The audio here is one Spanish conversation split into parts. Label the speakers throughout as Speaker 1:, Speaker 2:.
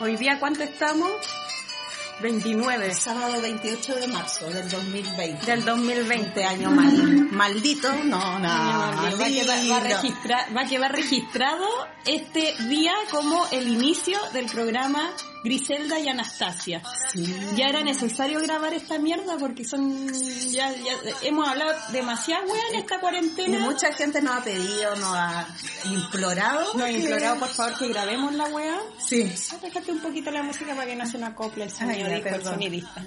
Speaker 1: Hoy día, ¿cuánto estamos? 29
Speaker 2: Sábado 28 de marzo del 2020.
Speaker 1: del 2020.
Speaker 2: Este año mal, maldito, no,
Speaker 1: Maldito.
Speaker 2: no,
Speaker 1: Va a quedar- va a
Speaker 2: maldito.
Speaker 1: registra- va a quedar registrado este día como el inicio del programa Griselda y Anastasia.
Speaker 2: Sí.
Speaker 1: Ya era necesario grabar esta mierda porque son. Ya, ya hemos hablado demasiado, weón, en esta
Speaker 2: Y
Speaker 1: cuarentena.
Speaker 2: mucha gente nos ha pedido, nos ha implorado.
Speaker 1: Nos
Speaker 2: que-
Speaker 1: implorado, por favor, que grabemos la weá.
Speaker 2: Sí.
Speaker 1: Déjate un poquito la música para que no se nos acople el
Speaker 2: Ay, ya,
Speaker 1: sonido el
Speaker 2: perdón.
Speaker 1: sonidista.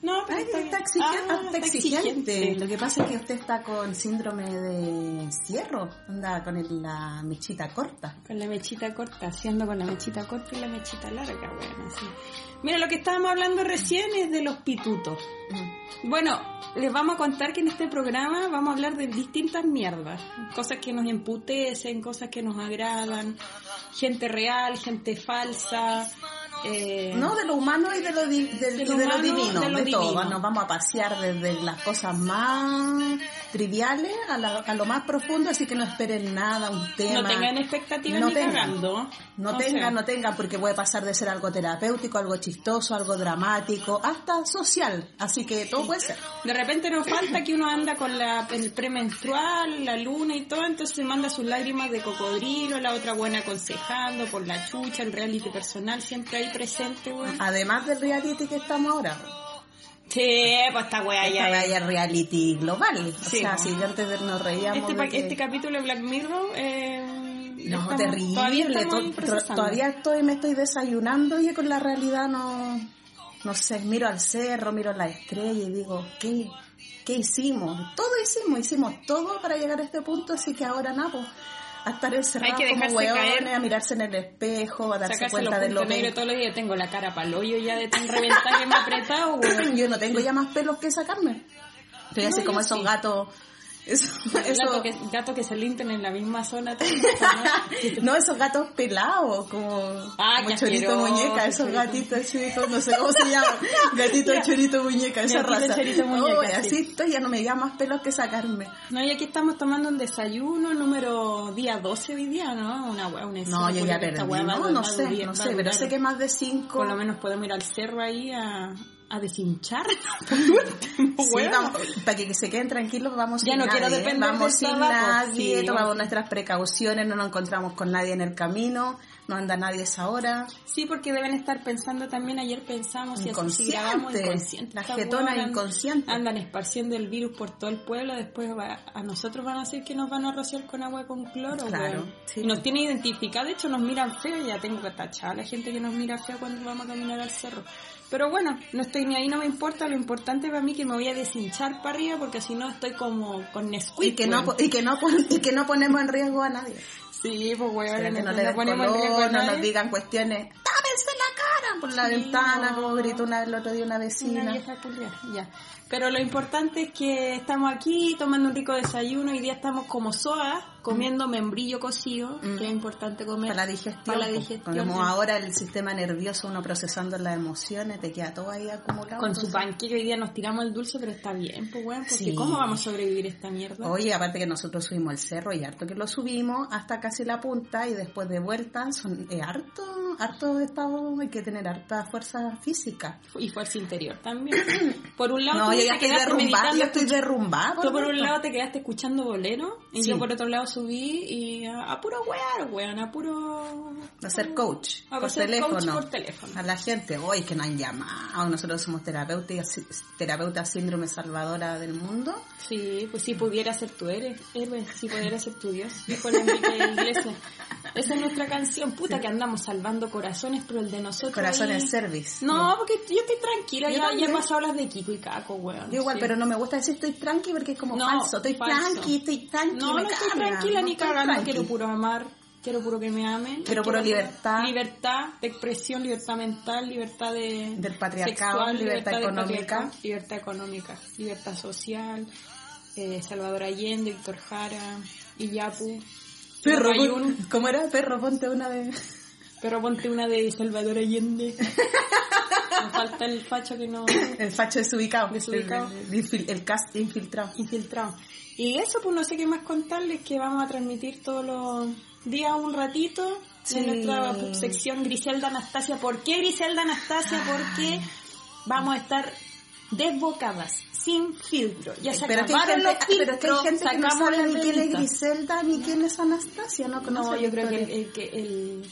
Speaker 1: No, pero
Speaker 2: Ay,
Speaker 1: está,
Speaker 2: está
Speaker 1: bien.
Speaker 2: exigente,
Speaker 1: Ah,
Speaker 2: está exigente. Lo que pasa es que usted está con síndrome de cierro, anda con el- la mechita corta.
Speaker 1: Con la mechita corta, haciendo con la mechita corta y la mechita larga, bueno, así. Mira, lo que estábamos hablando recién es de los pitutos.
Speaker 2: Mm.
Speaker 1: Bueno, les vamos a contar que en este programa vamos a hablar de distintas mierdas. Cosas que nos emputecen, cosas que nos agradan, gente real, gente falsa. eh,
Speaker 2: No, de lo humano y de lo, di- del-
Speaker 1: De
Speaker 2: y
Speaker 1: lo
Speaker 2: de lo
Speaker 1: humano,
Speaker 2: divino,
Speaker 1: de
Speaker 2: de,
Speaker 1: lo
Speaker 2: todo.
Speaker 1: divino.
Speaker 2: Nos vamos a pasear desde las cosas más triviales a, la- a lo más profundo, así que no esperen nada, un tema.
Speaker 1: no tengan expectativas
Speaker 2: No
Speaker 1: ni
Speaker 2: tengan.
Speaker 1: cagando.
Speaker 2: No
Speaker 1: O
Speaker 2: tengan,
Speaker 1: sea,
Speaker 2: no tengan, porque puede pasar de ser algo terapéutico, algo chistoso, algo dramático, hasta social. Así que todo puede ser.
Speaker 1: De repente nos falta que uno anda con la, el premenstrual, la luna y todo, entonces manda sus lágrimas de cocodrilo, la otra buena aconsejando, por la chucha, el reality personal, siempre ahí presente, weón.
Speaker 2: Además del reality que estamos ahora.
Speaker 1: Sí, pues esta weá
Speaker 2: Esta
Speaker 1: ya es.
Speaker 2: vaya reality global. O
Speaker 1: Sí,
Speaker 2: sea,
Speaker 1: po.
Speaker 2: si antes de- nos reíamos.
Speaker 1: Este,
Speaker 2: de
Speaker 1: pa-
Speaker 2: que-
Speaker 1: este capítulo de Black Mirror, eh,
Speaker 2: No,
Speaker 1: estamos-
Speaker 2: terrible.
Speaker 1: Todavía, estamos
Speaker 2: to-
Speaker 1: ahí
Speaker 2: tro-
Speaker 1: procesando.
Speaker 2: todavía estoy, me estoy desayunando y con la realidad no, no sé, miro al cerro, miro la estrella y digo, ¿qué, qué hicimos? Todo hicimos, hicimos todo para llegar a este punto, así que ahora nada, pues, a estar encerrados
Speaker 1: Hay que
Speaker 2: como
Speaker 1: dejarse
Speaker 2: hueones,
Speaker 1: caer.
Speaker 2: a mirarse en el espejo, a darse
Speaker 1: Sacarse los
Speaker 2: cuenta de lo
Speaker 1: puntos negros
Speaker 2: que...
Speaker 1: todos los días, tengo la cara pa'l hoyo ya de tan reventada que me he apretado, weón.
Speaker 2: Yo no tengo ya más pelos que sacarme. Estoy
Speaker 1: No,
Speaker 2: así
Speaker 1: yo
Speaker 2: como esos
Speaker 1: sí.
Speaker 2: gatos... Eso,
Speaker 1: Gato
Speaker 2: eso-
Speaker 1: que, gato que se linten en la misma zona. todo, ¿no?
Speaker 2: No, esos gatos pelados, como,
Speaker 1: Ah,
Speaker 2: como
Speaker 1: qué
Speaker 2: chorito
Speaker 1: asqueroso,
Speaker 2: muñeca, esos
Speaker 1: chorito.
Speaker 2: gatitos así, como- no sé cómo se llaman, gatito chorito muñeca, esa
Speaker 1: Gatito
Speaker 2: raza.
Speaker 1: chorito muñeca,
Speaker 2: Uy,
Speaker 1: sí.
Speaker 2: así estoy, ya no me queda más pelos que sacarme.
Speaker 1: No, y aquí estamos tomando un desayuno número día 12 hoy día, ¿no? Una hueá, una
Speaker 2: No, yo ya
Speaker 1: porque esta
Speaker 2: perdí,
Speaker 1: hueá va a
Speaker 2: no,
Speaker 1: durar,
Speaker 2: no
Speaker 1: va a
Speaker 2: sé,
Speaker 1: durar, va
Speaker 2: no
Speaker 1: a
Speaker 2: sé, pero
Speaker 1: durar.
Speaker 2: sé que más de cinco...
Speaker 1: Por lo menos podemos ir al cerro ahí a, a deshinchar. Por
Speaker 2: Sí,
Speaker 1: hueá.
Speaker 2: vamos- para que se queden tranquilos, vamos
Speaker 1: Ya
Speaker 2: sin
Speaker 1: no
Speaker 2: nadie,
Speaker 1: quiero depender
Speaker 2: vamos
Speaker 1: del
Speaker 2: sin
Speaker 1: tabaco,
Speaker 2: nadie,
Speaker 1: sí.
Speaker 2: tomamos nuestras precauciones, no nos encontramos con nadie en el camino, no anda nadie a esa hora.
Speaker 1: Sí, porque deben estar pensando también, ayer pensamos y así
Speaker 2: Inconsciente.
Speaker 1: grabamos inconsciente.
Speaker 2: Las
Speaker 1: Esta
Speaker 2: jetonas
Speaker 1: hueá,
Speaker 2: inconscientes.
Speaker 1: Andan esparciendo el virus por todo el pueblo, después va- a nosotros van a decir que nos van a rociar con agua con cloro.
Speaker 2: Claro,
Speaker 1: hueón.
Speaker 2: sí.
Speaker 1: Y Nos tienen identificados, de hecho nos miran feo, ya tengo que tachar a la gente que nos mira feo cuando vamos a caminar al cerro. Pero bueno, no estoy ni ahí, no me importa, lo importante para mí es que me voy a deshinchar para arriba porque si no estoy como con Nesquik.
Speaker 2: Y que, no,
Speaker 1: hueón.
Speaker 2: po- y, que no, pon- y que no ponemos en riesgo a nadie.
Speaker 1: Sí, pues
Speaker 2: Pero
Speaker 1: weón,
Speaker 2: que no
Speaker 1: no
Speaker 2: le den
Speaker 1: ponemos en
Speaker 2: color,
Speaker 1: riesgo a
Speaker 2: no nos
Speaker 1: nadie.
Speaker 2: digan cuestiones. ¡Tápense la cara! Por la
Speaker 1: Sí,
Speaker 2: ventana,
Speaker 1: no.
Speaker 2: como gritó una, el otro día una vecina.
Speaker 1: Una vieja culiá, ya. Pero lo importante es que estamos aquí tomando un rico desayuno. Hoy día estamos como soa, comiendo membrillo cocido,
Speaker 2: Mm.
Speaker 1: que es importante comer.
Speaker 2: Para la digestión.
Speaker 1: Para la
Speaker 2: pues,
Speaker 1: digestión,
Speaker 2: Como
Speaker 1: sí.
Speaker 2: ahora el sistema nervioso, uno procesando las emociones, te queda todo ahí acumulado.
Speaker 1: Con su
Speaker 2: entonces-
Speaker 1: panquillo hoy día nos tiramos el dulce, pero está bien, pues weón, porque
Speaker 2: Sí.
Speaker 1: ¿cómo vamos a sobrevivir esta mierda?
Speaker 2: Oye, aparte que nosotros subimos el cerro y harto que lo subimos hasta casi la punta y después de vuelta son eh, harto, harto estado, hay que tener harta fuerza física.
Speaker 1: Y fuerza interior también. Por un lado,
Speaker 2: No,
Speaker 1: tú
Speaker 2: yo
Speaker 1: te
Speaker 2: ya estoy
Speaker 1: quedaste
Speaker 2: derrumbada,
Speaker 1: meditando,
Speaker 2: yo estoy derrumbada.
Speaker 1: Tú por un
Speaker 2: dentro.
Speaker 1: lado te quedaste escuchando bolero y
Speaker 2: Sí.
Speaker 1: yo por otro lado subí y a, a puro wear, weón, a puro...
Speaker 2: A ser coach
Speaker 1: A
Speaker 2: por
Speaker 1: ser coach
Speaker 2: teléfono.
Speaker 1: por teléfono.
Speaker 2: A la gente, hoy que nos han llamado. Nosotros somos terapeutas, sí- terapeutas síndrome salvadora del mundo.
Speaker 1: Sí, pues si pudiera ser tu héroe, héroe, si pudiera ser tu Dios, dijo el Enrique Iglesias. Esa es nuestra canción, puta que andamos salvando corazones, pero el de nosotros.
Speaker 2: Corazones
Speaker 1: ahí-
Speaker 2: service.
Speaker 1: No, porque yo estoy tranquila,
Speaker 2: Yo
Speaker 1: ya, ya he
Speaker 2: también.
Speaker 1: pasado las de Kiko y Caco, weón.
Speaker 2: Yo igual,
Speaker 1: sí.
Speaker 2: pero no me gusta decir estoy tranqui porque es como
Speaker 1: No,
Speaker 2: falso. Estoy
Speaker 1: falso.
Speaker 2: tranqui, estoy tranqui.
Speaker 1: No,
Speaker 2: me
Speaker 1: no estoy
Speaker 2: cargan,
Speaker 1: tranquila
Speaker 2: no
Speaker 1: ni
Speaker 2: estoy
Speaker 1: cagando,
Speaker 2: tranqui.
Speaker 1: quiero puro amar, quiero puro que me amen.
Speaker 2: Quiero puro libertad.
Speaker 1: Libertad de expresión, libertad mental, libertad de...
Speaker 2: Del patriarcado,
Speaker 1: sexual,
Speaker 2: libertad
Speaker 1: de
Speaker 2: económica.
Speaker 1: patriarcado, libertad económica, libertad social, eh, Salvador Allende, Víctor Jara, Iyapu,
Speaker 2: Perro,
Speaker 1: Ipayún.
Speaker 2: pon- ¿cómo era? Perro, ponte una de...
Speaker 1: pero ponte una de Salvador Allende. Nos falta el facho que no...
Speaker 2: El facho desubicado.
Speaker 1: Desubicado.
Speaker 2: El, el infil- el cast infiltrado.
Speaker 1: infiltrado. Y eso, pues no sé qué más contarles, que vamos a transmitir todos los días un ratito
Speaker 2: Sí.
Speaker 1: en nuestra pues, sección Griselda Anastasia. ¿Por qué Griselda Anastasia?
Speaker 2: Ah.
Speaker 1: Porque vamos a estar desbocadas, sin filtro. Ya se
Speaker 2: Pero es que hay
Speaker 1: acabaron
Speaker 2: gente,
Speaker 1: los
Speaker 2: ah, pero es que hay
Speaker 1: filtros,
Speaker 2: gente que no
Speaker 1: sacamos
Speaker 2: sabe
Speaker 1: la
Speaker 2: ni quién es
Speaker 1: revista.
Speaker 2: Griselda ni quién es Anastasia, no conoce
Speaker 1: No,
Speaker 2: la
Speaker 1: yo creo que el,
Speaker 2: historia.
Speaker 1: el que el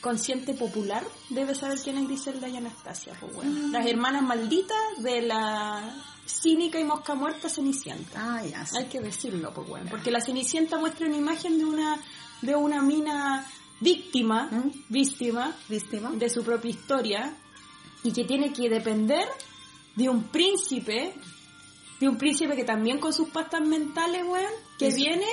Speaker 1: consciente popular debe saber quién es Griselda y Anastasia. pues,
Speaker 2: Ah.
Speaker 1: bueno. Las hermanas malditas de la cínica y mosca muerta Cenicienta.
Speaker 2: Ah, ya. sí.
Speaker 1: Hay que decirlo, pues bueno, porque la Cenicienta muestra una imagen de una de una mina víctima,
Speaker 2: ¿Mm?
Speaker 1: víctima
Speaker 2: ¿Víctima?
Speaker 1: de su propia historia y que tiene que depender de un príncipe, de un príncipe que también con sus pastas mentales, weón, que
Speaker 2: Sí.
Speaker 1: viene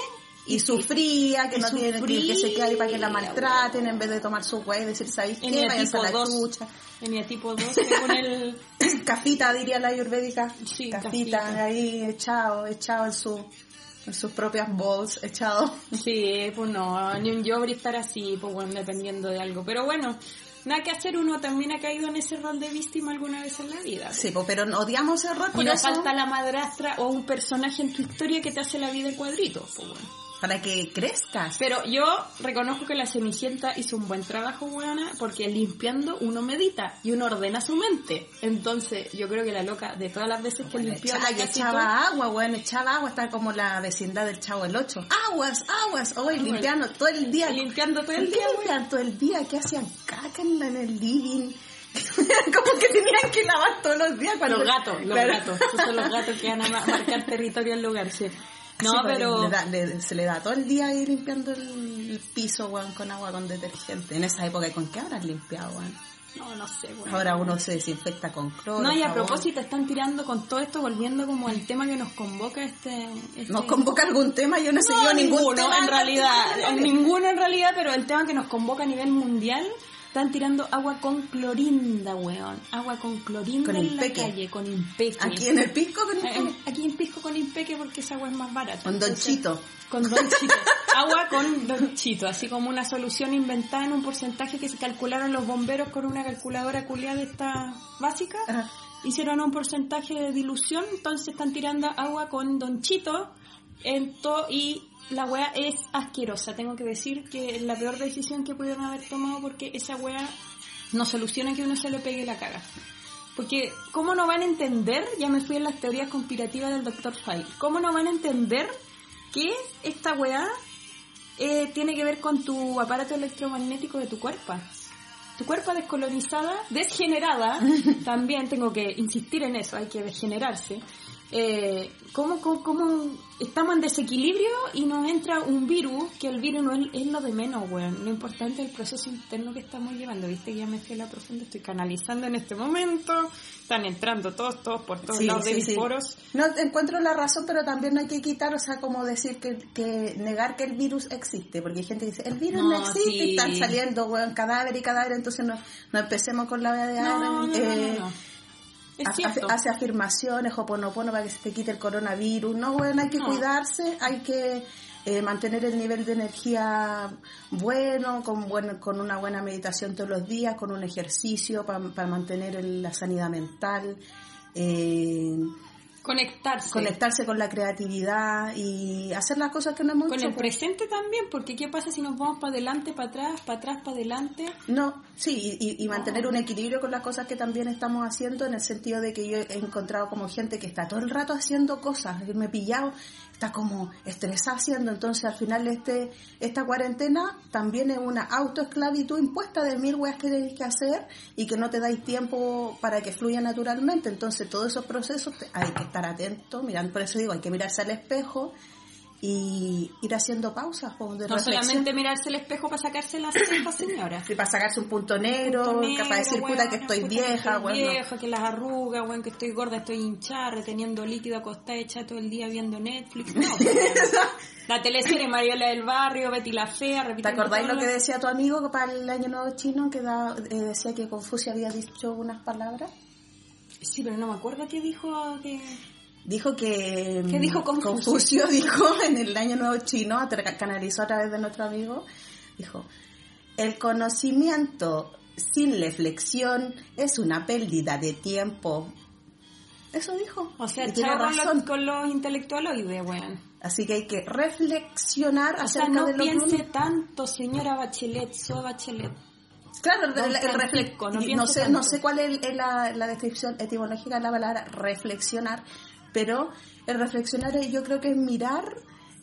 Speaker 2: Y sufría, que
Speaker 1: Y
Speaker 2: no tiene que, que se quede ahí para que la
Speaker 1: sufría,
Speaker 2: maltraten en vez de tomar su guay y decir, ¿sabéis
Speaker 1: en
Speaker 2: qué?
Speaker 1: el
Speaker 2: Váyanse
Speaker 1: tipo
Speaker 2: a la
Speaker 1: 2,
Speaker 2: chucha.
Speaker 1: en el tipo 2 según el
Speaker 2: Cafita, diría la ayurvédica.
Speaker 1: Sí,
Speaker 2: cafita,
Speaker 1: cafita.
Speaker 2: ahí echado, echado en, su, en sus propias balls, echado.
Speaker 1: Sí, pues no, ni un yobri estar así, pues bueno, dependiendo de algo. Pero bueno, nada que hacer, uno también ha caído en ese rol de víctima alguna vez en la vida.
Speaker 2: Sí, po, pero odiamos ese error
Speaker 1: Y
Speaker 2: por
Speaker 1: Pues no
Speaker 2: eso,
Speaker 1: falta la madrastra o un personaje en tu historia que te hace la vida en cuadritos. pues, weón.
Speaker 2: para que crezcas.
Speaker 1: Pero yo reconozco que la Cenicienta hizo un buen trabajo, weona, porque limpiando uno medita y uno ordena su mente. Entonces, yo creo que la loca, de todas las veces que
Speaker 2: Bueno,
Speaker 1: limpió
Speaker 2: echaba,
Speaker 1: la casa y
Speaker 2: echaba agua, bueno, echaba agua, está como la vecindad del Chavo el 8. Aguas, aguas, hoy limpiando todo el día.
Speaker 1: todo, limpiando todo el
Speaker 2: ¿Por qué
Speaker 1: día, weón.
Speaker 2: limpiaban todo el día? ¿Qué hacían caca en, la- en el living? como que tenían que lavar todos los días cuando...
Speaker 1: Los gatos, los
Speaker 2: Claro.
Speaker 1: gatos. Esos son los gatos que van a ma- marcar territorio al lugar, sí. No,
Speaker 2: Sí, pues,
Speaker 1: pero...
Speaker 2: le da- le- se le da todo el día ahí limpiando el, el piso, weón, con agua, con detergente. En esa época, ¿y ¿con qué habrás limpiado, weón?
Speaker 1: No, no sé, weón.
Speaker 2: Ahora uno se desinfecta con cloro.
Speaker 1: No, y a
Speaker 2: jabón.
Speaker 1: propósito, están tirando con todo esto, volviendo como al tema que nos convoca este... este-
Speaker 2: Nos convoca algún tema, yo no he seguido
Speaker 1: No,
Speaker 2: ningún
Speaker 1: ninguno,
Speaker 2: tema.
Speaker 1: en realidad,
Speaker 2: Tema.
Speaker 1: ninguno en realidad, pero el tema que nos convoca a nivel mundial, están tirando agua con clorinda, weón. Agua con clorinda
Speaker 2: Con
Speaker 1: en la
Speaker 2: impeque.
Speaker 1: calle, con impeque.
Speaker 2: Aquí en el pisco con
Speaker 1: Eh, eh, aquí en Pisco con impeque porque esa agua es más barata.
Speaker 2: Con Don
Speaker 1: Entonces,
Speaker 2: Chito.
Speaker 1: Con Don Chito. Agua con Don Chito, así como una solución inventada en un porcentaje que se calcularon los bomberos con una calculadora culiada de esta básica
Speaker 2: Ajá.
Speaker 1: hicieron un porcentaje de dilución, entonces están tirando agua con donchito en to- y la wea es asquerosa. Tengo que decir que es la peor decisión que pudieron haber tomado porque esa wea no soluciona que uno se le pegue la cara. Porque, ¿cómo no van a entender? Ya me fui en las teorías conspirativas del Dr. File. ¿Cómo no van a entender que esta weá eh, tiene que ver con tu aparato electromagnético de tu cuerpo? Tu cuerpo descolonizada, desgenerada, también tengo que insistir en eso, hay que degenerarse. Eh, ¿cómo, cómo, cómo estamos en desequilibrio y nos entra un virus? Que el virus no es, es lo de menos, weón. Lo importante es el proceso interno que estamos llevando. Viste que ya me fui a la profunda, estoy canalizando en este momento. Están entrando todos, todos por todos
Speaker 2: Sí,
Speaker 1: lados
Speaker 2: sí,
Speaker 1: de mis
Speaker 2: sí.
Speaker 1: poros.
Speaker 2: No encuentro la razón, pero también no hay que quitar, o sea, como decir que, que negar que el virus existe, porque hay gente que dice, el virus no,
Speaker 1: No,
Speaker 2: existe, y
Speaker 1: sí.
Speaker 2: están saliendo, weón, cadáver y cadáver, entonces no, no empecemos con la vea de ahora. eh,
Speaker 1: Es
Speaker 2: ha-
Speaker 1: cierto.
Speaker 2: hace afirmaciones, "Oh, pues hoponopono, para que se te quite el coronavirus. No, bueno, hay que
Speaker 1: No.
Speaker 2: cuidarse, hay que eh, mantener el nivel de energía bueno con, buen- con una buena meditación todos los días, con un ejercicio para mantener el- la sanidad mental. eh,
Speaker 1: Conectarse.
Speaker 2: conectarse con la creatividad y hacer las cosas que no hemos
Speaker 1: con
Speaker 2: hecho. pues,
Speaker 1: el presente también, porque ¿qué pasa si nos vamos para adelante, para atrás, para atrás, para adelante?
Speaker 2: No, sí, y- y, y mantener un equilibrio con las cosas que también estamos haciendo, en el sentido de que yo he encontrado como gente que está todo el rato haciendo cosas, que me he pillado, está como estresada haciendo, entonces al final este esta cuarentena también es una autoesclavitud impuesta de mil weas que tenéis que hacer y que no te dais tiempo para que fluya naturalmente, entonces todos esos procesos te- hay que estar atento, miran, por eso digo, hay que mirarse al espejo y ir haciendo pausas. po, de
Speaker 1: No
Speaker 2: reflexión.
Speaker 1: solamente mirarse el espejo para sacarse las cejas, señora.
Speaker 2: Y para sacarse un punto negro, que para decir puta que estoy vieja,
Speaker 1: que
Speaker 2: bueno.
Speaker 1: vieja, que las arrugas, weón, que estoy gorda, estoy hinchada, reteniendo líquido, acostada, hecha todo el día viendo Netflix. No, weón. la teleserie Mariola del Barrio, Betty la Fea,
Speaker 2: ¿Te
Speaker 1: repitiendo
Speaker 2: acordáis
Speaker 1: todo
Speaker 2: lo que decía tu amigo que para el año nuevo chino que da- eh, decía que Confucio había dicho unas palabras?
Speaker 1: Sí, pero no me acuerdo qué dijo que...
Speaker 2: Dijo que mm,
Speaker 1: ¿Qué dijo Confucio?
Speaker 2: Confucio dijo en el año nuevo chino, a tra- canalizó a través de nuestro amigo, dijo, el conocimiento sin reflexión, es una pérdida de tiempo. Eso dijo.
Speaker 1: O sea,
Speaker 2: Y tiene
Speaker 1: chao con los-
Speaker 2: razón.
Speaker 1: con los intelectualoides, weón.
Speaker 2: Así que hay que reflexionar
Speaker 1: O sea,
Speaker 2: acerca
Speaker 1: no
Speaker 2: de lo que
Speaker 1: piense
Speaker 2: uno-
Speaker 1: tanto, señora Bachelet, soy Bachelet.
Speaker 2: Claro,
Speaker 1: Don
Speaker 2: el- el
Speaker 1: Francisco,
Speaker 2: reflex-
Speaker 1: no
Speaker 2: no,
Speaker 1: piense
Speaker 2: sé,
Speaker 1: tanto.
Speaker 2: no sé cuál es es la, la descripción etimológica de la palabra reflexionar, pero el reflexionar es- yo creo que es mirar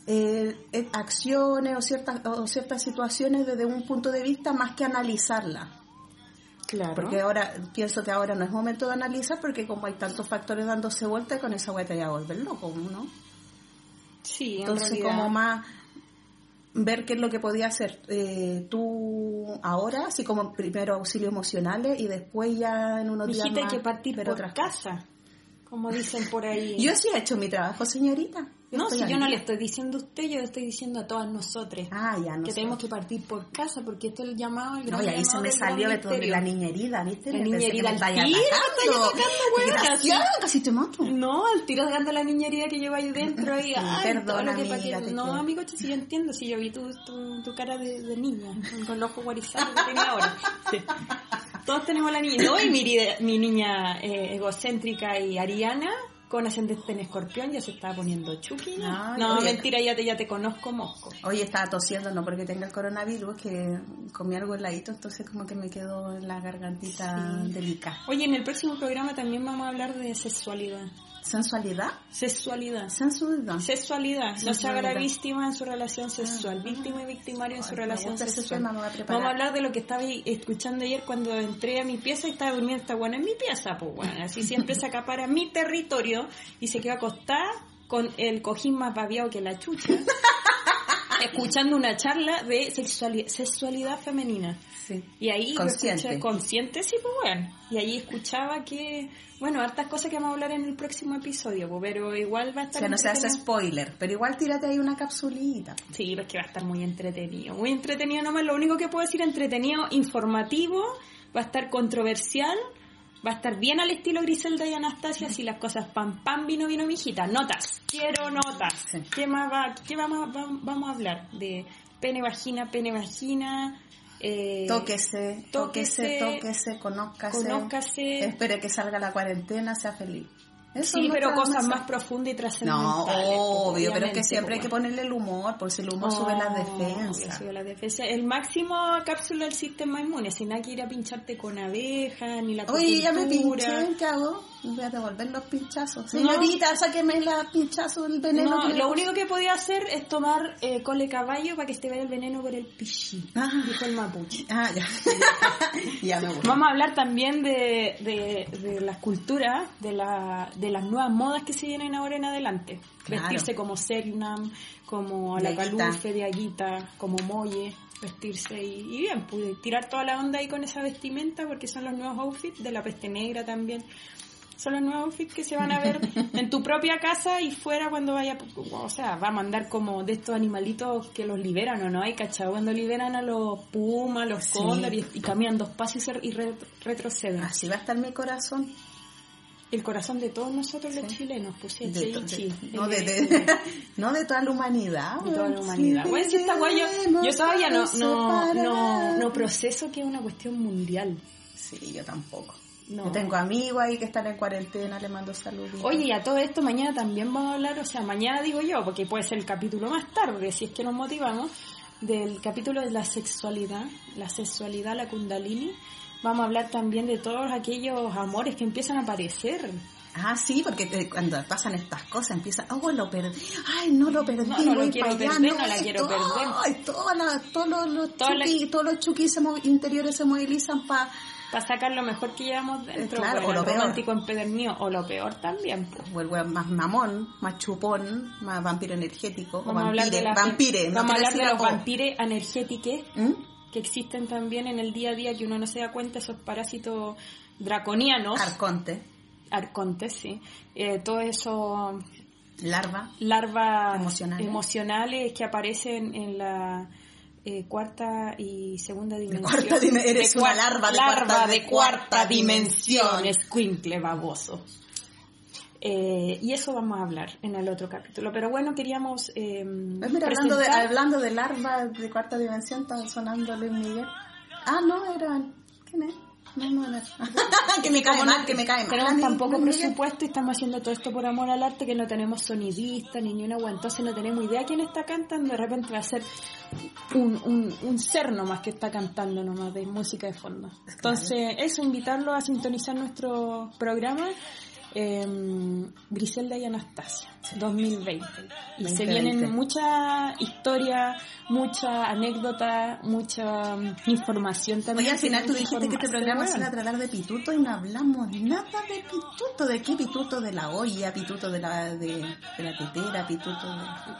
Speaker 2: eh, eh, acciones o ciertas, o ciertas situaciones desde un punto de vista más que analizarla.
Speaker 1: Claro.
Speaker 2: Porque ahora pienso que ahora no es momento de analizar porque como hay tantos factores dándose vuelta con esa vuelta ya volver loco, ¿no?
Speaker 1: sí, en
Speaker 2: Entonces
Speaker 1: realidad.
Speaker 2: como más ver qué es lo que podía hacer eh, tú ahora, así como primero auxilios emocionales y después ya en unos días
Speaker 1: Mijita, hay
Speaker 2: más
Speaker 1: que partir
Speaker 2: ver
Speaker 1: por
Speaker 2: otras cosas.
Speaker 1: casa, como dicen por ahí.
Speaker 2: Yo sí he hecho mi trabajo, señorita.
Speaker 1: no,
Speaker 2: estoy
Speaker 1: si yo
Speaker 2: al
Speaker 1: no le
Speaker 2: día.
Speaker 1: estoy diciendo a usted, yo le estoy diciendo a todas nosotras.
Speaker 2: Ah, ya no.
Speaker 1: que
Speaker 2: sé.
Speaker 1: tenemos que partir por casa, porque esto es el llamado. El
Speaker 2: No,
Speaker 1: gran
Speaker 2: y ahí se
Speaker 1: llamado
Speaker 2: me
Speaker 1: del
Speaker 2: salió
Speaker 1: gran
Speaker 2: de todo de
Speaker 1: misterio.
Speaker 2: la niñerida, ¿viste?
Speaker 1: La
Speaker 2: Yo pensé que
Speaker 1: niñerida
Speaker 2: me
Speaker 1: al
Speaker 2: vaya
Speaker 1: tiro, te vaya
Speaker 2: atacando.
Speaker 1: atacando, huevona,
Speaker 2: Desgraciada, casi te mato.
Speaker 1: No, al tiro dando la niñería que lleva ahí dentro. Y,
Speaker 2: Sí,
Speaker 1: ay,
Speaker 2: perdona,
Speaker 1: todo lo que
Speaker 2: amiga,
Speaker 1: pa' que-
Speaker 2: te
Speaker 1: No,
Speaker 2: quiero.
Speaker 1: amigo, si yo entiendo, si yo vi tu, tu, tu cara de, de niña, con- con los ojos guarizados que tenía ahora. Todos tenemos la niña. No, y mi, ri- mi niña eh, egocéntrica y ariana, con ascendente en escorpión, ya se estaba poniendo chuki.
Speaker 2: Ay,
Speaker 1: no,
Speaker 2: oye.
Speaker 1: mentira, ya te, ya te conozco, mosco.
Speaker 2: Hoy estaba tosiendo, no porque tenga el coronavirus, que comí algo heladito, entonces como que me quedó la gargantita
Speaker 1: Sí.
Speaker 2: delicada.
Speaker 1: Oye, en el próximo programa también vamos a hablar de sexualidad.
Speaker 2: ¿Sensualidad?
Speaker 1: Sexualidad.
Speaker 2: Sensualidad.
Speaker 1: Sexualidad, no se haga la
Speaker 2: Sexualidad. Ah.
Speaker 1: víctima en su relación sexual, víctima y victimario en su
Speaker 2: Ay, me
Speaker 1: relación
Speaker 2: gusta ese
Speaker 1: sexual.
Speaker 2: tema, me voy a preparar.
Speaker 1: Vamos a hablar de lo que estaba escuchando ayer cuando entré a mi pieza y estaba durmiendo esta buena en mi pieza, pues bueno, así siempre se acapara mi territorio y se quedó acostada con el cojín más babiado que la chucha, escuchando una charla de sexuali- sexualidad femenina.
Speaker 2: Sí.
Speaker 1: Y ahí yo
Speaker 2: Consciente.
Speaker 1: escuché- consciente, sí, pues bueno. Y ahí escuchaba que, bueno, hartas cosas que vamos a hablar en el próximo episodio, pues, pero igual va a
Speaker 2: O
Speaker 1: estar...
Speaker 2: sea, no se hace
Speaker 1: entretenido.
Speaker 2: spoiler, pero igual tírate ahí una capsulita.
Speaker 1: Sí, pero es que va a estar muy entretenido. Muy entretenido nomás. Lo único que puedo decir, entretenido, informativo, va a estar controversial, va a estar bien al estilo Griselda y Anastasia, si las cosas pan, pan, vino, vino, mijita. Notas, quiero notas.
Speaker 2: Sí.
Speaker 1: ¿Qué más va, qué vamos, a- va- vamos a hablar? De pene, vagina, pene, vagina. Eh,
Speaker 2: Tóquese,
Speaker 1: tóquese,
Speaker 2: tóquese, tóquese, conózcase.
Speaker 1: conózcase.
Speaker 2: Espere que salga la cuarentena, sea feliz. Eso
Speaker 1: Sí,
Speaker 2: es
Speaker 1: pero
Speaker 2: nuestra
Speaker 1: cosas
Speaker 2: mesa.
Speaker 1: más profundas y trascendentales.
Speaker 2: No, obvio, pero es que
Speaker 1: obviamente,
Speaker 2: siempre hay
Speaker 1: pues,
Speaker 2: que ponerle el humor, por si el humor sube las defensas.
Speaker 1: Oh, Sube la defensa. El máximo cápsula del sistema inmune, sin nada que ir a pincharte con abeja, ni la
Speaker 2: Oye, ya me
Speaker 1: acupuntura.
Speaker 2: pinché, ¿qué hago? Me Voy a devolver los pinchazos. Señorita, sáqueme la pinchazo del veneno.
Speaker 1: No,
Speaker 2: que me-
Speaker 1: lo único que podía hacer es tomar eh, cole caballo para que se te vaya el veneno por el pichí,
Speaker 2: Ah.
Speaker 1: dijo el mapuche.
Speaker 2: Ah, ya. ya me voy.
Speaker 1: Vamos a hablar también de, de, de las culturas, de, la, de las nuevas modas que se vienen ahora en adelante.
Speaker 2: Claro.
Speaker 1: Vestirse como Selnam, como la
Speaker 2: De Aguita.
Speaker 1: calufe de Aguita, como Molle, vestirse y, y bien, pude tirar toda la onda ahí con esa vestimenta porque son los nuevos outfits de la peste negra también. Son los nuevos outfits que se van a ver en tu propia casa y fuera cuando vaya, o sea, va a mandar como de estos animalitos que los liberan o no, hay cachado, cuando liberan a los pumas, los
Speaker 2: Sí.
Speaker 1: cóndores y- y caminan dos pasos y, se- y re- retroceden.
Speaker 2: Así va a estar mi corazón.
Speaker 1: El corazón de todos nosotros los
Speaker 2: Sí.
Speaker 1: chilenos, pues sí,
Speaker 2: de,
Speaker 1: sí,
Speaker 2: to-
Speaker 1: sí,
Speaker 2: de-
Speaker 1: el
Speaker 2: no, de,
Speaker 1: de-
Speaker 2: de- no de toda la humanidad.
Speaker 1: de toda la
Speaker 2: weón.
Speaker 1: humanidad.
Speaker 2: Sí,
Speaker 1: Bueno, si esta guay yo, yo
Speaker 2: nos
Speaker 1: todavía no,
Speaker 2: puede
Speaker 1: no, no,
Speaker 2: separar.
Speaker 1: no proceso que es una cuestión mundial.
Speaker 2: Sí, yo tampoco.
Speaker 1: No.
Speaker 2: Yo tengo amigos ahí que están en cuarentena, le mando saludos.
Speaker 1: Oye, y a todo esto mañana también vamos a hablar, o sea, mañana digo yo, porque puede ser el capítulo más tarde, si es que nos motivamos, del capítulo de la sexualidad, la sexualidad, la kundalini. Vamos a hablar también de todos aquellos amores que empiezan a aparecer.
Speaker 2: Ah, sí, porque eh, cuando pasan estas cosas empieza, oh, lo perdí, ay, no lo perdí,
Speaker 1: No, no lo
Speaker 2: voy
Speaker 1: quiero
Speaker 2: para allá,
Speaker 1: perder, no la
Speaker 2: ay,
Speaker 1: quiero
Speaker 2: todo-
Speaker 1: perder.
Speaker 2: ay, toda la- todos los, los
Speaker 1: Toda la-
Speaker 2: chuquis- todos los chuquis se mov- interiores se movilizan para...
Speaker 1: Para sacar lo mejor que llevamos dentro,
Speaker 2: Eh, claro,
Speaker 1: bueno,
Speaker 2: o lo
Speaker 1: el
Speaker 2: peor.
Speaker 1: romántico empedernido, o lo peor también. pues.
Speaker 2: O el weón más mamón, más chupón, más vampiro energético, o
Speaker 1: Vamos a hablar de,
Speaker 2: vampire,
Speaker 1: las-
Speaker 2: vampire, no
Speaker 1: vamos a
Speaker 2: quiero
Speaker 1: hablar de
Speaker 2: decir
Speaker 1: los
Speaker 2: la O.
Speaker 1: vampires energéticos
Speaker 2: ¿Mm?
Speaker 1: que existen también en el día a día que uno no se da cuenta, esos parásitos draconianos,
Speaker 2: Arconte,
Speaker 1: arcontes, sí, eh, todo eso
Speaker 2: larva,
Speaker 1: larvas
Speaker 2: Emocionales.
Speaker 1: emocionales que aparecen en la eh, cuarta y segunda dimensión.
Speaker 2: cuarta dime- eres
Speaker 1: De
Speaker 2: una
Speaker 1: cuar-
Speaker 2: larva de cuarta-
Speaker 1: de
Speaker 2: de
Speaker 1: cuarta
Speaker 2: cuarta
Speaker 1: dimensión.
Speaker 2: dimensión.
Speaker 1: Escuincle baboso. Eh, y eso vamos a hablar en el otro capítulo. Pero bueno, queríamos. eh,
Speaker 2: Pues mira, hablando de,
Speaker 1: presentar-
Speaker 2: hablando de larva de cuarta dimensión, está sonando Luis Miguel. Ah, no, eran. ¿Quién es? No, no, no. que me cae
Speaker 1: Como
Speaker 2: mal,
Speaker 1: no-
Speaker 2: que me cae mal.
Speaker 1: Tenemos
Speaker 2: Nadie-
Speaker 1: tan poco
Speaker 2: nadie-
Speaker 1: presupuesto y estamos haciendo todo esto por amor al arte que no tenemos sonidista ni ni una hueá. Entonces no tenemos idea quién está cantando. De repente va a ser un, un, un ser nomás que está cantando nomás de música de fondo. Entonces, eso, invitarlo a sintonizar nuestro programa. eh, Griselda y Anastasia 2020 Y se
Speaker 2: 2020.
Speaker 1: vienen mucha historia mucha anécdota mucha mm, información también
Speaker 2: Oye, al final tú
Speaker 1: Tienen
Speaker 2: dijiste que
Speaker 1: informarse,
Speaker 2: este programa se
Speaker 1: weón.
Speaker 2: iba a tratar de pituto y no hablamos nada de pituto. ¿De qué pituto? De la olla, pituto de la, de, de la tetera, pituto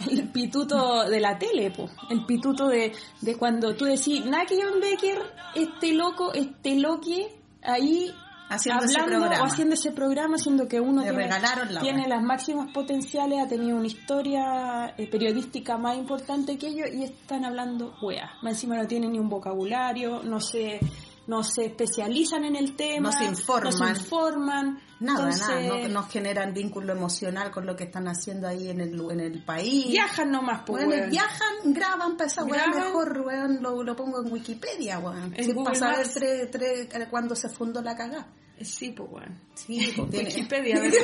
Speaker 2: de...
Speaker 1: el pituto de la tele, po. el pituto de, de cuando tú decís, Naki John Becker, este loco, este loque, ahí
Speaker 2: Haciendo ese
Speaker 1: hablando
Speaker 2: programa.
Speaker 1: o haciendo ese programa, siendo que uno
Speaker 2: Le
Speaker 1: tiene,
Speaker 2: regalaron la
Speaker 1: tiene
Speaker 2: wea.
Speaker 1: las máximas potenciales, ha tenido una historia eh, periodística más importante que ellos y están hablando wea. Más encima no tienen ni un vocabulario, no se, no se especializan en el tema,
Speaker 2: No se
Speaker 1: no
Speaker 2: informan.
Speaker 1: se informan.
Speaker 2: Nada, nada, no,
Speaker 1: Entonces,
Speaker 2: no generan vínculo emocional con lo que están haciendo ahí en el, en el país.
Speaker 1: Viajan nomás, pues.
Speaker 2: Weón,
Speaker 1: weón.
Speaker 2: viajan, graban para esa weá
Speaker 1: Graban.
Speaker 2: mejor, weón, lo, lo pongo en Wikipedia, weón.
Speaker 1: En
Speaker 2: Si es
Speaker 1: Google
Speaker 2: para saber
Speaker 1: Maps.
Speaker 2: tres, tres, eh, cuándo se fundó la cagá.
Speaker 1: Sí, pues, weón.
Speaker 2: Sí, tiene-
Speaker 1: pues, Wikipedia, ¿verdad?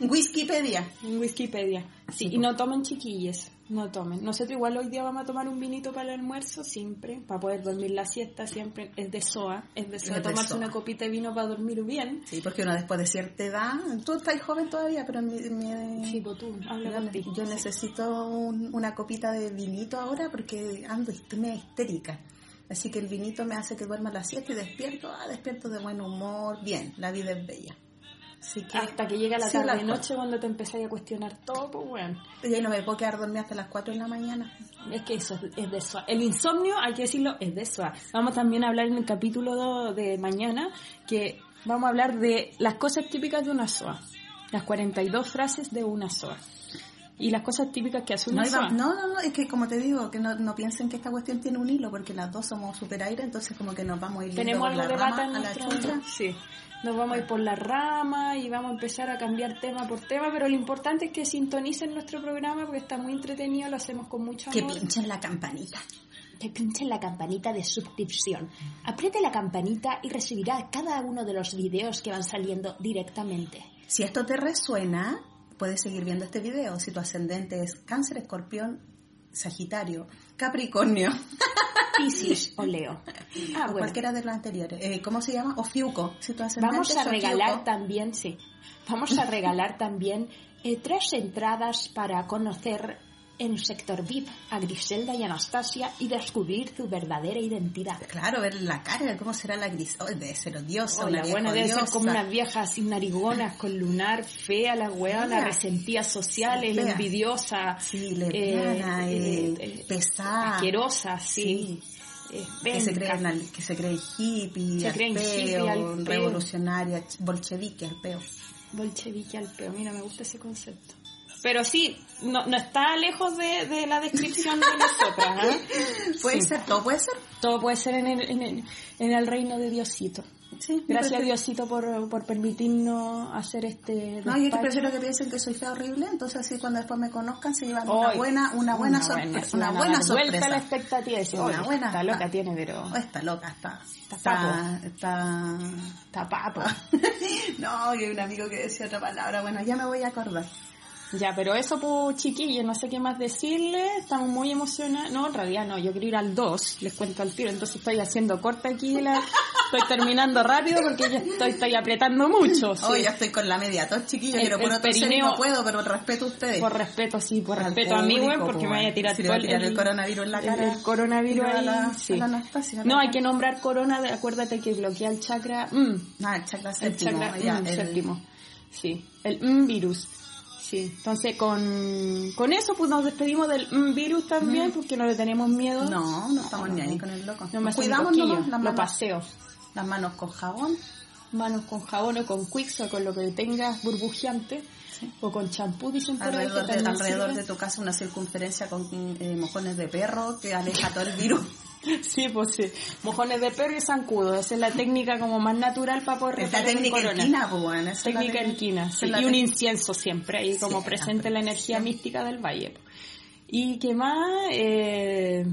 Speaker 2: Wikipedia.
Speaker 1: En Wikipedia. Sí, y no tomen chiquilles, no tomen. Nosotros igual hoy día vamos a tomar un vinito para el almuerzo, siempre, para poder dormir la siesta, siempre. Es de SOA, es de SOA.
Speaker 2: Es de
Speaker 1: Tomarse
Speaker 2: SOA.
Speaker 1: una copita de vino para dormir bien.
Speaker 2: Sí, porque uno después de cierta edad, tú estás joven todavía, pero en mi, en mi-
Speaker 1: Sí, pues tú, habla
Speaker 2: yo,
Speaker 1: contigo.
Speaker 2: yo necesito un- una copita de vinito ahora porque ando hist- media histérica. Así que el vinito me hace que duerma a las 7 y despierto, ah, despierto de buen humor, bien, la vida es bella. Así que
Speaker 1: Hasta que llega la
Speaker 2: Sí,
Speaker 1: tarde
Speaker 2: las
Speaker 1: noche cuando te empezáis a cuestionar todo, pues bueno.
Speaker 2: Y ahí no me puedo quedar dormida hasta las 4 de la mañana.
Speaker 1: Es que eso es- es de SOA. El insomnio, hay que decirlo, es de SOA. Vamos también a hablar en el capítulo do- de mañana que vamos a hablar de las cosas típicas de una SOA. Las 42 frases de una SOA. Y las cosas típicas que hace
Speaker 2: No,
Speaker 1: una
Speaker 2: iba-
Speaker 1: SOA.
Speaker 2: no, no, no, es que como te digo, que no, no piensen que esta cuestión tiene un hilo, porque las dos somos super aire, entonces como que nos vamos a ir yendo
Speaker 1: Tenemos
Speaker 2: por
Speaker 1: algo
Speaker 2: la
Speaker 1: de
Speaker 2: rama
Speaker 1: bata en
Speaker 2: a la
Speaker 1: nuestro...
Speaker 2: chucha.
Speaker 1: Sí. Nos vamos a ir por la rama y vamos a empezar a cambiar tema por tema, pero lo importante es que sintonicen nuestro programa porque está muy entretenido, lo hacemos con mucho
Speaker 2: Que
Speaker 1: amor.
Speaker 2: pinchen la campanita.
Speaker 3: que pinchen la campanita de suscripción. Apriete la campanita y recibirá cada uno de los videos que van saliendo directamente.
Speaker 2: Si esto te resuena, puedes seguir viendo este video. Si tu ascendente es cáncer, escorpión, sagitario, capricornio,
Speaker 3: Piscis o Leo. Ah,
Speaker 2: o
Speaker 3: bueno.
Speaker 2: cualquiera de los anteriores. Eh, ¿Cómo se llama? O Fiuco. Si tu ascendente
Speaker 3: Vamos
Speaker 2: es
Speaker 3: a
Speaker 2: o
Speaker 3: regalar
Speaker 2: Fiuco.
Speaker 3: también, sí, vamos a regalar también eh, tres entradas para conocer en sector VIP a Griselda y Anastasia y descubrir su verdadera identidad.
Speaker 2: Claro, ver la cara, cómo será la gris. Oh, debe ser odiosa,
Speaker 3: Hola,
Speaker 2: una vieja
Speaker 3: bueno, debe ser
Speaker 2: odiosa.
Speaker 3: como unas viejas sin narigonas, con lunar, fea la weá, la
Speaker 2: Fea.
Speaker 3: resentía sociales, la
Speaker 2: Fea.
Speaker 3: envidiosa,
Speaker 2: Sí,
Speaker 1: Eh,
Speaker 2: lesbiana,
Speaker 3: pesada
Speaker 2: eh, pesada.
Speaker 3: asquerosa, sí, eh,
Speaker 2: que se cree,
Speaker 3: penca.
Speaker 2: anal- que se cree hippie,
Speaker 3: Se creen hippie,
Speaker 2: arpeo,
Speaker 3: arpeo.
Speaker 2: revolucionaria, ch- bolchevique, arpeo.
Speaker 1: Bolchevique al peo, mira, me gusta ese concepto. Pero sí, no, no está lejos de, de la descripción de nosotras. ¿eh?
Speaker 2: Puede
Speaker 1: Sí.
Speaker 2: ser, todo puede ser.
Speaker 1: Todo puede ser en el, en el, en el reino de Diosito.
Speaker 2: Sí,
Speaker 1: Gracias
Speaker 2: porque-
Speaker 1: Diosito por, por permitirnos hacer este...
Speaker 2: No, yo que
Speaker 1: despacho.
Speaker 2: prefiero que piensen que soy fea horrible, entonces así cuando después me conozcan se llevan una
Speaker 1: Hoy,
Speaker 2: buena, una buena sorpresa, una
Speaker 1: van a
Speaker 2: buena
Speaker 1: dar Vuelta a la
Speaker 2: sorpresa.
Speaker 1: expectativa y decir,
Speaker 2: Una
Speaker 1: "Oye,
Speaker 2: buena-
Speaker 1: esta loca
Speaker 2: está-
Speaker 1: tiene, pero
Speaker 2: Oh, está loca, está,
Speaker 1: Está
Speaker 2: está, está,
Speaker 1: está papo.
Speaker 2: No, yo un amigo que decía otra palabra, bueno, ya me voy a acordar.
Speaker 1: Ya, pero eso, pues, chiquillos, no sé qué más decirles. Estamos muy emocionados. No, en realidad no, yo quiero ir al 2, les cuento al tiro. Entonces estoy haciendo corta aquí, la... estoy terminando rápido porque ya estoy, estoy apretando mucho. sí.
Speaker 2: Hoy Oh, ya estoy con la media tos, chiquillo,
Speaker 1: El-
Speaker 2: quiero
Speaker 1: el
Speaker 2: puro toser y
Speaker 1: perineo-
Speaker 2: no puedo, pero respeto a ustedes.
Speaker 1: Por respeto, sí, por
Speaker 2: Al
Speaker 1: respeto a mí, güey,
Speaker 2: público,
Speaker 1: porque
Speaker 2: po,
Speaker 1: me vaya a tirar
Speaker 2: si le
Speaker 1: todo
Speaker 2: va a tirar el coronavirus en la
Speaker 1: el-
Speaker 2: cara,
Speaker 1: el coronavirus
Speaker 2: tira a la-
Speaker 1: ahí,
Speaker 2: a
Speaker 1: sí.
Speaker 2: la Anastasia,
Speaker 1: No,
Speaker 2: ¿no?
Speaker 1: hay que nombrar corona, de- acuérdate que bloquea el chakra. mm,
Speaker 2: Ah, el chakra
Speaker 1: el
Speaker 2: séptimo,
Speaker 1: chakra
Speaker 2: ya,
Speaker 1: mm,
Speaker 2: el-
Speaker 1: séptimo. Sí, el mm virus. Sí, entonces con, con eso pues nos despedimos del mm virus también porque no le tenemos miedo.
Speaker 2: No, no estamos ni ahí con el loco.
Speaker 1: No me hace ni
Speaker 2: Cuidamos
Speaker 1: coquillo,
Speaker 2: nomás las
Speaker 1: lo
Speaker 2: manos,
Speaker 1: paseo.
Speaker 2: las manos con jabón.
Speaker 1: Manos con jabón o con Quicks o con lo que tengas burbujeante o con champú, dicen por ahí,
Speaker 2: Alrededor,
Speaker 1: que
Speaker 2: de,
Speaker 1: también
Speaker 2: alrededor
Speaker 1: sirve.
Speaker 2: de tu casa una circunferencia con eh, mojones de perro que aleja todo el virus.
Speaker 1: Sí, pues sí. Mojones de perro y zancudo. Esa es la técnica como más natural para poder
Speaker 2: Esta
Speaker 1: repeler el
Speaker 2: técnica
Speaker 1: corona.
Speaker 2: inquina, pues bueno. esa es la
Speaker 1: Técnica inquina,
Speaker 2: esa
Speaker 1: sí.
Speaker 2: es la
Speaker 1: Y un
Speaker 2: técnica.
Speaker 1: incienso siempre, ahí como
Speaker 2: Sí,
Speaker 1: presente
Speaker 2: la
Speaker 1: la energía mística del valle. po. ¿Y qué más? Eh,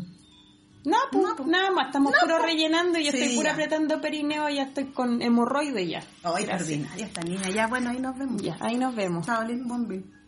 Speaker 1: No, pues,
Speaker 2: No, pues.
Speaker 1: nada más, estamos puro rellenando, yo
Speaker 2: Sí,
Speaker 1: estoy pura
Speaker 2: ya.
Speaker 1: apretando perineo, ya estoy con hemorroide ya.
Speaker 2: Ay, ordinaria esta niña. Ya, bueno, ahí nos vemos.
Speaker 1: Ya, ahí nos vemos.
Speaker 2: Shaolin Bombín.